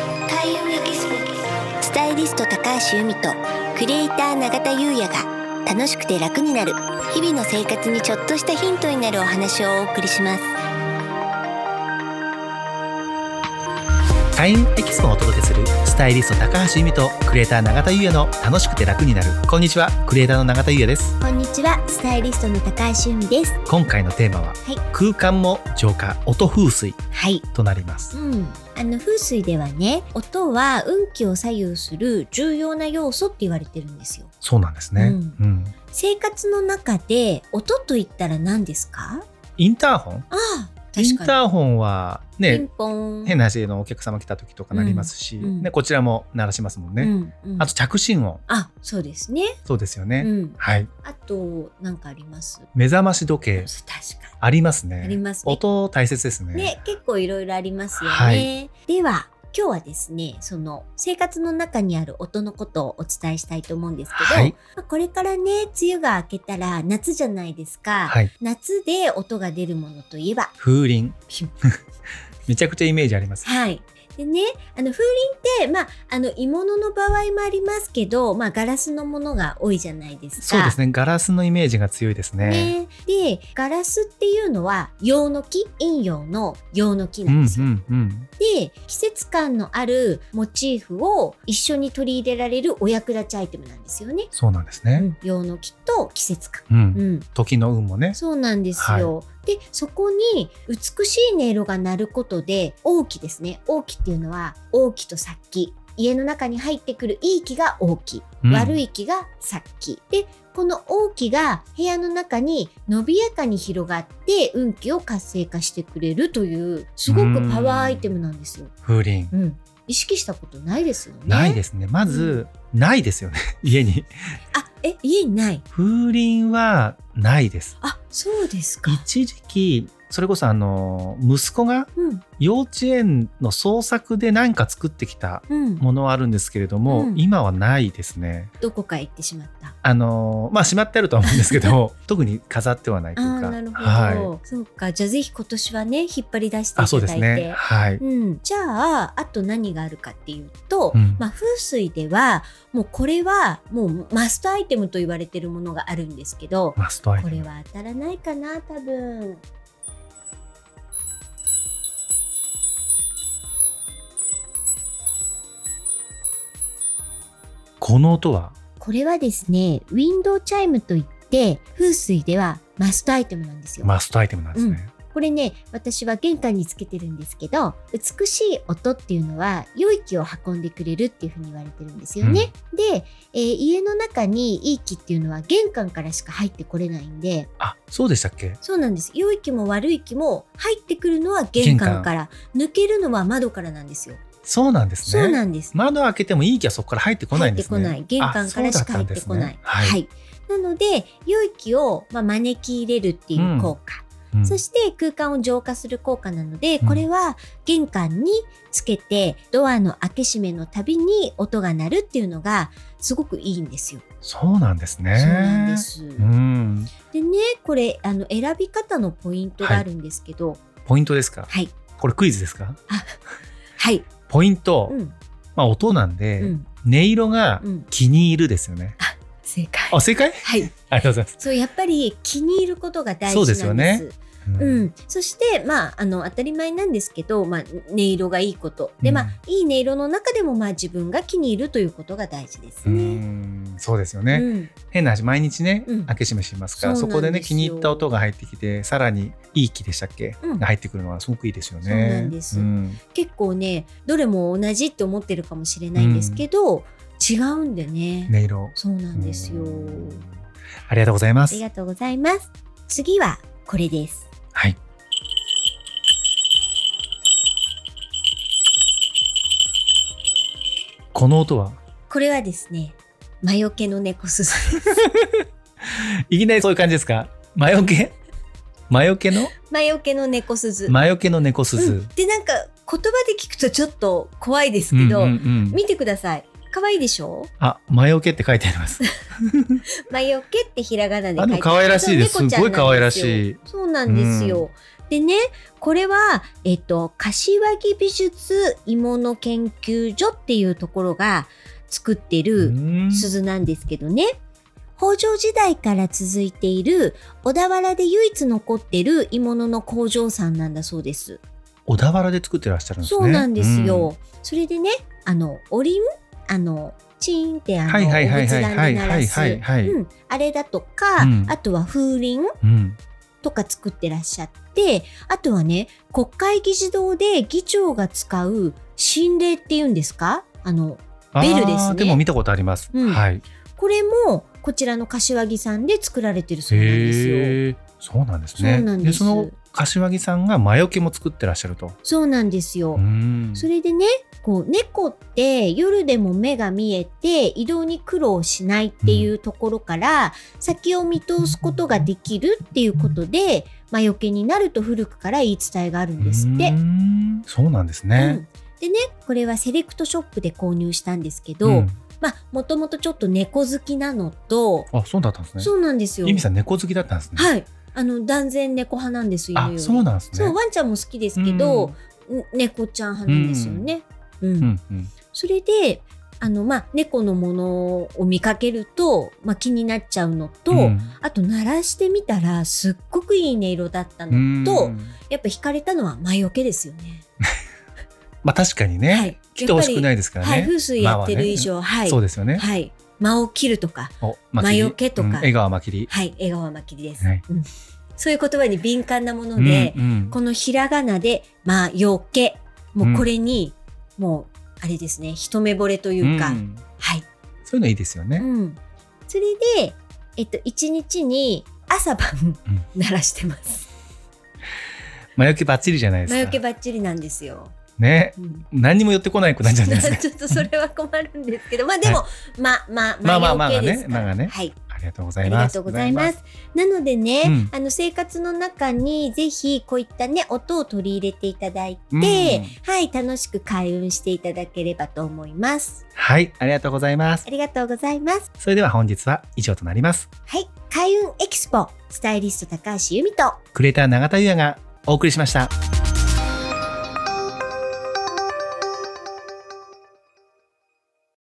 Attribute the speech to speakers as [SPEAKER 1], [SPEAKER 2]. [SPEAKER 1] 上キススタイリスト高橋由美とクリエイター永田優也が楽しくて楽になる日々の生活にちょっとしたヒントになるお話をお送りします
[SPEAKER 2] タイムエキスポをお届けするスタイリスト高橋由美とクリエイター永田優也の楽しくて楽になるこんにちはクリエイターの永田優也です
[SPEAKER 1] こんにちはスタイリストの高橋由美です
[SPEAKER 2] 今回のテーマは、
[SPEAKER 1] い
[SPEAKER 2] 空間も浄化音風水
[SPEAKER 1] はい
[SPEAKER 2] となります
[SPEAKER 1] うん、あの風水ではね音は運気を左右する重要な要素って言われてるんですよ
[SPEAKER 2] そうなんですね、
[SPEAKER 1] う
[SPEAKER 2] うんん
[SPEAKER 1] 生活の中で音と言ったら何ですか
[SPEAKER 2] インターホン
[SPEAKER 1] ああ
[SPEAKER 2] イン
[SPEAKER 1] 確か
[SPEAKER 2] ターホンは
[SPEAKER 1] にピン
[SPEAKER 2] ね
[SPEAKER 1] ポン
[SPEAKER 2] 変な話のお客様来た時とかなりますし、
[SPEAKER 1] うんうん
[SPEAKER 2] ね、こちらも鳴らしますもんね、
[SPEAKER 1] うんうん
[SPEAKER 2] あと着信音
[SPEAKER 1] あそうですね
[SPEAKER 2] そうですよ
[SPEAKER 1] う
[SPEAKER 2] ね、
[SPEAKER 1] ん
[SPEAKER 2] はい
[SPEAKER 1] あと何かあります
[SPEAKER 2] 目覚まし時計
[SPEAKER 1] 確か
[SPEAKER 2] ありますね
[SPEAKER 1] にありますね
[SPEAKER 2] 音大切ですね
[SPEAKER 1] ね結構いろいろありますよね、
[SPEAKER 2] はい
[SPEAKER 1] では今日はですねその生活の中にある音のことをお伝えしたいと思うんですけど、
[SPEAKER 2] はい
[SPEAKER 1] まあこれからね梅雨が明けたら夏じゃないですか、
[SPEAKER 2] はい
[SPEAKER 1] 夏で音が出るものといえば
[SPEAKER 2] 風鈴
[SPEAKER 1] ピン
[SPEAKER 2] めちゃくちゃイメージあります
[SPEAKER 1] はいでねあの風鈴ってまああの鋳物の場合もありますけどまあガラスのものが多いじゃないですか
[SPEAKER 2] そうですねガラスのイメージが強いですね
[SPEAKER 1] ねでガラスっていうのは陽の木陰陽の陽の木
[SPEAKER 2] う
[SPEAKER 1] なん
[SPEAKER 2] ん
[SPEAKER 1] です
[SPEAKER 2] う
[SPEAKER 1] よ、
[SPEAKER 2] んうん
[SPEAKER 1] で季節感のあるモチーフを一緒に取り入れられるお役立ちアイテムなんですよね。
[SPEAKER 2] そうなんですね
[SPEAKER 1] 陽の木と季節感、
[SPEAKER 2] うん、
[SPEAKER 1] うん、
[SPEAKER 2] 時の運もね
[SPEAKER 1] そうなんですよ。でそこに美しい音色が鳴ることで王気ですね王気っていうのは王気と殺気家の中に入ってくるいい気が王気
[SPEAKER 2] うん
[SPEAKER 1] 悪い気が殺気でこの王気が部屋の中に伸びやかに広がって運気を活性化してくれるというすごくパワーアイテムなんですよ。
[SPEAKER 2] 風鈴
[SPEAKER 1] うん、意識したことないですよね。
[SPEAKER 2] ないですねまず、ないですよね 家に
[SPEAKER 1] あえ家にない。
[SPEAKER 2] 風鈴はないです
[SPEAKER 1] あそうですか。
[SPEAKER 2] 一時期それこそあの息子が
[SPEAKER 1] うん
[SPEAKER 2] 幼稚園の創作で何か作ってきた
[SPEAKER 1] うん、
[SPEAKER 2] ものはあるんですけれども、
[SPEAKER 1] うん
[SPEAKER 2] 今はないですね
[SPEAKER 1] どこかへ行ってしまった。
[SPEAKER 2] あのーまあしまってあるとは思うんですけど 特に飾ってはないと
[SPEAKER 1] あ
[SPEAKER 2] い
[SPEAKER 1] ー
[SPEAKER 2] うか
[SPEAKER 1] なるほど、
[SPEAKER 2] はい
[SPEAKER 1] そうかじゃあぜひ今年はね引っ張り出してい
[SPEAKER 2] あそ
[SPEAKER 1] た
[SPEAKER 2] うで
[SPEAKER 1] だ
[SPEAKER 2] す
[SPEAKER 1] いて
[SPEAKER 2] ねはい、
[SPEAKER 1] うん、じゃああと何があるかっていうと、
[SPEAKER 2] うん
[SPEAKER 1] まあ、風水ではもうこれはもうマストアイテムと言われてるものがあるんですけど
[SPEAKER 2] マストアイ
[SPEAKER 1] こ
[SPEAKER 2] テ
[SPEAKER 1] れ
[SPEAKER 2] ム
[SPEAKER 1] は当たらないかな多分。
[SPEAKER 2] この音は
[SPEAKER 1] これはですねウィンドウチャイムといって風水ではマストアイテムなんですよ。
[SPEAKER 2] マストアイテムなんですね、
[SPEAKER 1] これね私は玄関につけてるんですけど美しい音っていうのは良い気を運んでくれるっていうふうに言われてるんですよね。で、えー家の中にいい気っていうのは玄関からしか入ってこれないんで
[SPEAKER 2] あそうでしたっけ
[SPEAKER 1] そうなんです良い気も悪い気も入ってくるのは玄関
[SPEAKER 2] 玄関
[SPEAKER 1] から抜けるのは窓からなんですよ。
[SPEAKER 2] そうなんですね
[SPEAKER 1] そうなんです。
[SPEAKER 2] 窓開けてもいい気はそこから入ってこないんですね
[SPEAKER 1] 入ってこない。玄関からしか入ってこない。はい、なので、良い気を、まあ、招き入れるっていう効果。そ
[SPEAKER 2] て
[SPEAKER 1] して空間を浄化する効果なので、
[SPEAKER 2] うん
[SPEAKER 1] これは玄関につけてドアの開け閉めのたびに音が鳴るっていうのがすごくいいんですよ。
[SPEAKER 2] そうなんですね
[SPEAKER 1] そうなんです。
[SPEAKER 2] うん
[SPEAKER 1] でね、これあの選び方のポイントがあるんですけど、
[SPEAKER 2] ポイントですか
[SPEAKER 1] はい、
[SPEAKER 2] これクイズですか
[SPEAKER 1] はい、
[SPEAKER 2] ポイント、
[SPEAKER 1] うん、
[SPEAKER 2] まあ音なんで、
[SPEAKER 1] うん、
[SPEAKER 2] 音色が
[SPEAKER 1] うん、
[SPEAKER 2] 気に入るですよね、
[SPEAKER 1] 正解。
[SPEAKER 2] あ正解
[SPEAKER 1] はい、
[SPEAKER 2] ありがとうございます
[SPEAKER 1] そうやっぱり気に入ることが大事な
[SPEAKER 2] そ
[SPEAKER 1] ん
[SPEAKER 2] う
[SPEAKER 1] で。
[SPEAKER 2] ですすよね
[SPEAKER 1] う
[SPEAKER 2] うん
[SPEAKER 1] ん、そして、まあ、あの当たり前なんですけど、まあ、音色がいいことで、まあ
[SPEAKER 2] うん
[SPEAKER 1] いい音色の中でも、まあ、自分が気に入るということが大事です
[SPEAKER 2] う
[SPEAKER 1] ね。
[SPEAKER 2] んそうですよ
[SPEAKER 1] う
[SPEAKER 2] ね、
[SPEAKER 1] ん、
[SPEAKER 2] 変な話毎日ね、
[SPEAKER 1] うん
[SPEAKER 2] 開け閉めしますから
[SPEAKER 1] そ
[SPEAKER 2] そう
[SPEAKER 1] なんですよ
[SPEAKER 2] こでね気に入った音が入ってきてさらにいい気でしたっけ、
[SPEAKER 1] うん
[SPEAKER 2] が入ってくるのはすごくいいですよね。
[SPEAKER 1] そうなんです
[SPEAKER 2] うん
[SPEAKER 1] 結構ねどれも同じって思ってるかもしれないんですけど、違うんでね
[SPEAKER 2] 音色
[SPEAKER 1] そうなんですよ。
[SPEAKER 2] うんありがとうございま
[SPEAKER 1] あり
[SPEAKER 2] す。
[SPEAKER 1] がとうございます。次はこれです。
[SPEAKER 2] はい。この音は
[SPEAKER 1] これはですね魔除けの猫すす
[SPEAKER 2] いきなりそういう感じですか魔除け魔除けの
[SPEAKER 1] 魔除けの猫すず。
[SPEAKER 2] 魔除けの猫鈴、
[SPEAKER 1] うんでなんか言葉で聞くとちょっと怖いですけど、
[SPEAKER 2] うんうんうん
[SPEAKER 1] 見てください。可愛いでしょ
[SPEAKER 2] あ魔除けって書いてあります。
[SPEAKER 1] 魔除けってひらがなで書いて
[SPEAKER 2] あでも可愛らしいです
[SPEAKER 1] そう猫ちゃんなん
[SPEAKER 2] すごい可愛らしい
[SPEAKER 1] ですよそうなんですよ、でね、これは、えっと、柏木美術鋳物研究所っていうところが作ってる
[SPEAKER 2] うん
[SPEAKER 1] 鈴なんですけどね。北条時代から続いている小田原で唯一残ってる鋳物の工場さんなんだそうです。
[SPEAKER 2] 小田原で作ってらっしゃるんですね。
[SPEAKER 1] そうなんですよ。それでね、あの、おりんあの、チーンってあの、
[SPEAKER 2] はいはいは
[SPEAKER 1] お
[SPEAKER 2] いはい
[SPEAKER 1] 仏壇で鳴らす。
[SPEAKER 2] はいはいはいはい
[SPEAKER 1] うん。あれだとか、
[SPEAKER 2] うん
[SPEAKER 1] あとは風鈴
[SPEAKER 2] うん。うん。
[SPEAKER 1] とか作ってらっしゃって、あとはね、国会議事堂で議長が使う神礼っていうんですかあの、
[SPEAKER 2] あー
[SPEAKER 1] ベルですね
[SPEAKER 2] でも見たことあります。
[SPEAKER 1] うん
[SPEAKER 2] はい。
[SPEAKER 1] これもこちらの柏木さんで作られてるそうなんですよ。
[SPEAKER 2] へえ。そうなんですね。
[SPEAKER 1] そうなんです
[SPEAKER 2] その柏木さんが魔除けも作ってらっしゃると。
[SPEAKER 1] そうなんですよ。
[SPEAKER 2] うん。
[SPEAKER 1] それでね、こう猫って夜でも目が見えて移動に苦労しないっていうところから、先を見通すことができるっていうことで、魔除けになると古くから言い伝えがあるんですって。
[SPEAKER 2] うんそうなんですね。
[SPEAKER 1] うんでね、これはセレクトショップで購入したんですけど、
[SPEAKER 2] うん
[SPEAKER 1] まあ、もともとちょっと猫好きなのと、
[SPEAKER 2] あ、そうだったんですね。
[SPEAKER 1] そうなんですよ。
[SPEAKER 2] ゆみさん猫好きだったんですね。
[SPEAKER 1] はい。あの、断然猫派なんですよ。
[SPEAKER 2] あ、そうなんですね。
[SPEAKER 1] そうワンちゃんも好きですけど、ん猫ちゃん派なんですよね。うん。
[SPEAKER 2] うん。うんうん。
[SPEAKER 1] それで、あの、まあ、猫のものを見かけると、まあ、気になっちゃうのと、
[SPEAKER 2] うん
[SPEAKER 1] あと、鳴らしてみたら、すっごくいい音色だったのと、
[SPEAKER 2] うん
[SPEAKER 1] やっぱ惹かれたのは魔除けですよね。
[SPEAKER 2] まあ確かにね、
[SPEAKER 1] はい。
[SPEAKER 2] 来てほしくないいですからね。
[SPEAKER 1] はい、風水やってる以上、はい、
[SPEAKER 2] そうですよね。
[SPEAKER 1] はい。間を切るとか、
[SPEAKER 2] おまきり
[SPEAKER 1] 魔除けとか
[SPEAKER 2] うん江川まきり。
[SPEAKER 1] はい、笑顔はまきりです、
[SPEAKER 2] はい
[SPEAKER 1] うん。そういう言葉に敏感なもので、
[SPEAKER 2] うんうん
[SPEAKER 1] このひらがなで、まあ、よけ。もうこれに、もう、あれですね、一目惚れというか、
[SPEAKER 2] ん
[SPEAKER 1] はい。
[SPEAKER 2] そういうのいいですよ
[SPEAKER 1] う
[SPEAKER 2] ね。
[SPEAKER 1] ん。それで、えっと、一日に朝晩、鳴らしてます。
[SPEAKER 2] 魔除けバッチリじゃないです
[SPEAKER 1] 魔
[SPEAKER 2] か。
[SPEAKER 1] 除けばっちりなんですよ。
[SPEAKER 2] ね。
[SPEAKER 1] うん
[SPEAKER 2] 何にも寄ってこないくなっちゃうんじゃないで すか。
[SPEAKER 1] ちょっとそれは困るんですけど、まあでも、まあまあ、
[SPEAKER 2] まあまあ
[SPEAKER 1] 魔除けですから
[SPEAKER 2] まあがねまあがね
[SPEAKER 1] はい。
[SPEAKER 2] ありがとうござ
[SPEAKER 1] あ
[SPEAKER 2] い
[SPEAKER 1] り
[SPEAKER 2] ま
[SPEAKER 1] が
[SPEAKER 2] す。
[SPEAKER 1] とうございます。なのでね、
[SPEAKER 2] うん
[SPEAKER 1] あの生活の中にぜひこういったね、音を取り入れていただいて、
[SPEAKER 2] うん
[SPEAKER 1] はい、楽しく開運していただければと思います。
[SPEAKER 2] はい、ありがとうございます
[SPEAKER 1] あ。りがとうございます。
[SPEAKER 2] それでは本日は以上となります。
[SPEAKER 1] はい、開運エキスポ、スタイリスト高橋由美と、
[SPEAKER 2] クレーター永田優也がお送りしました。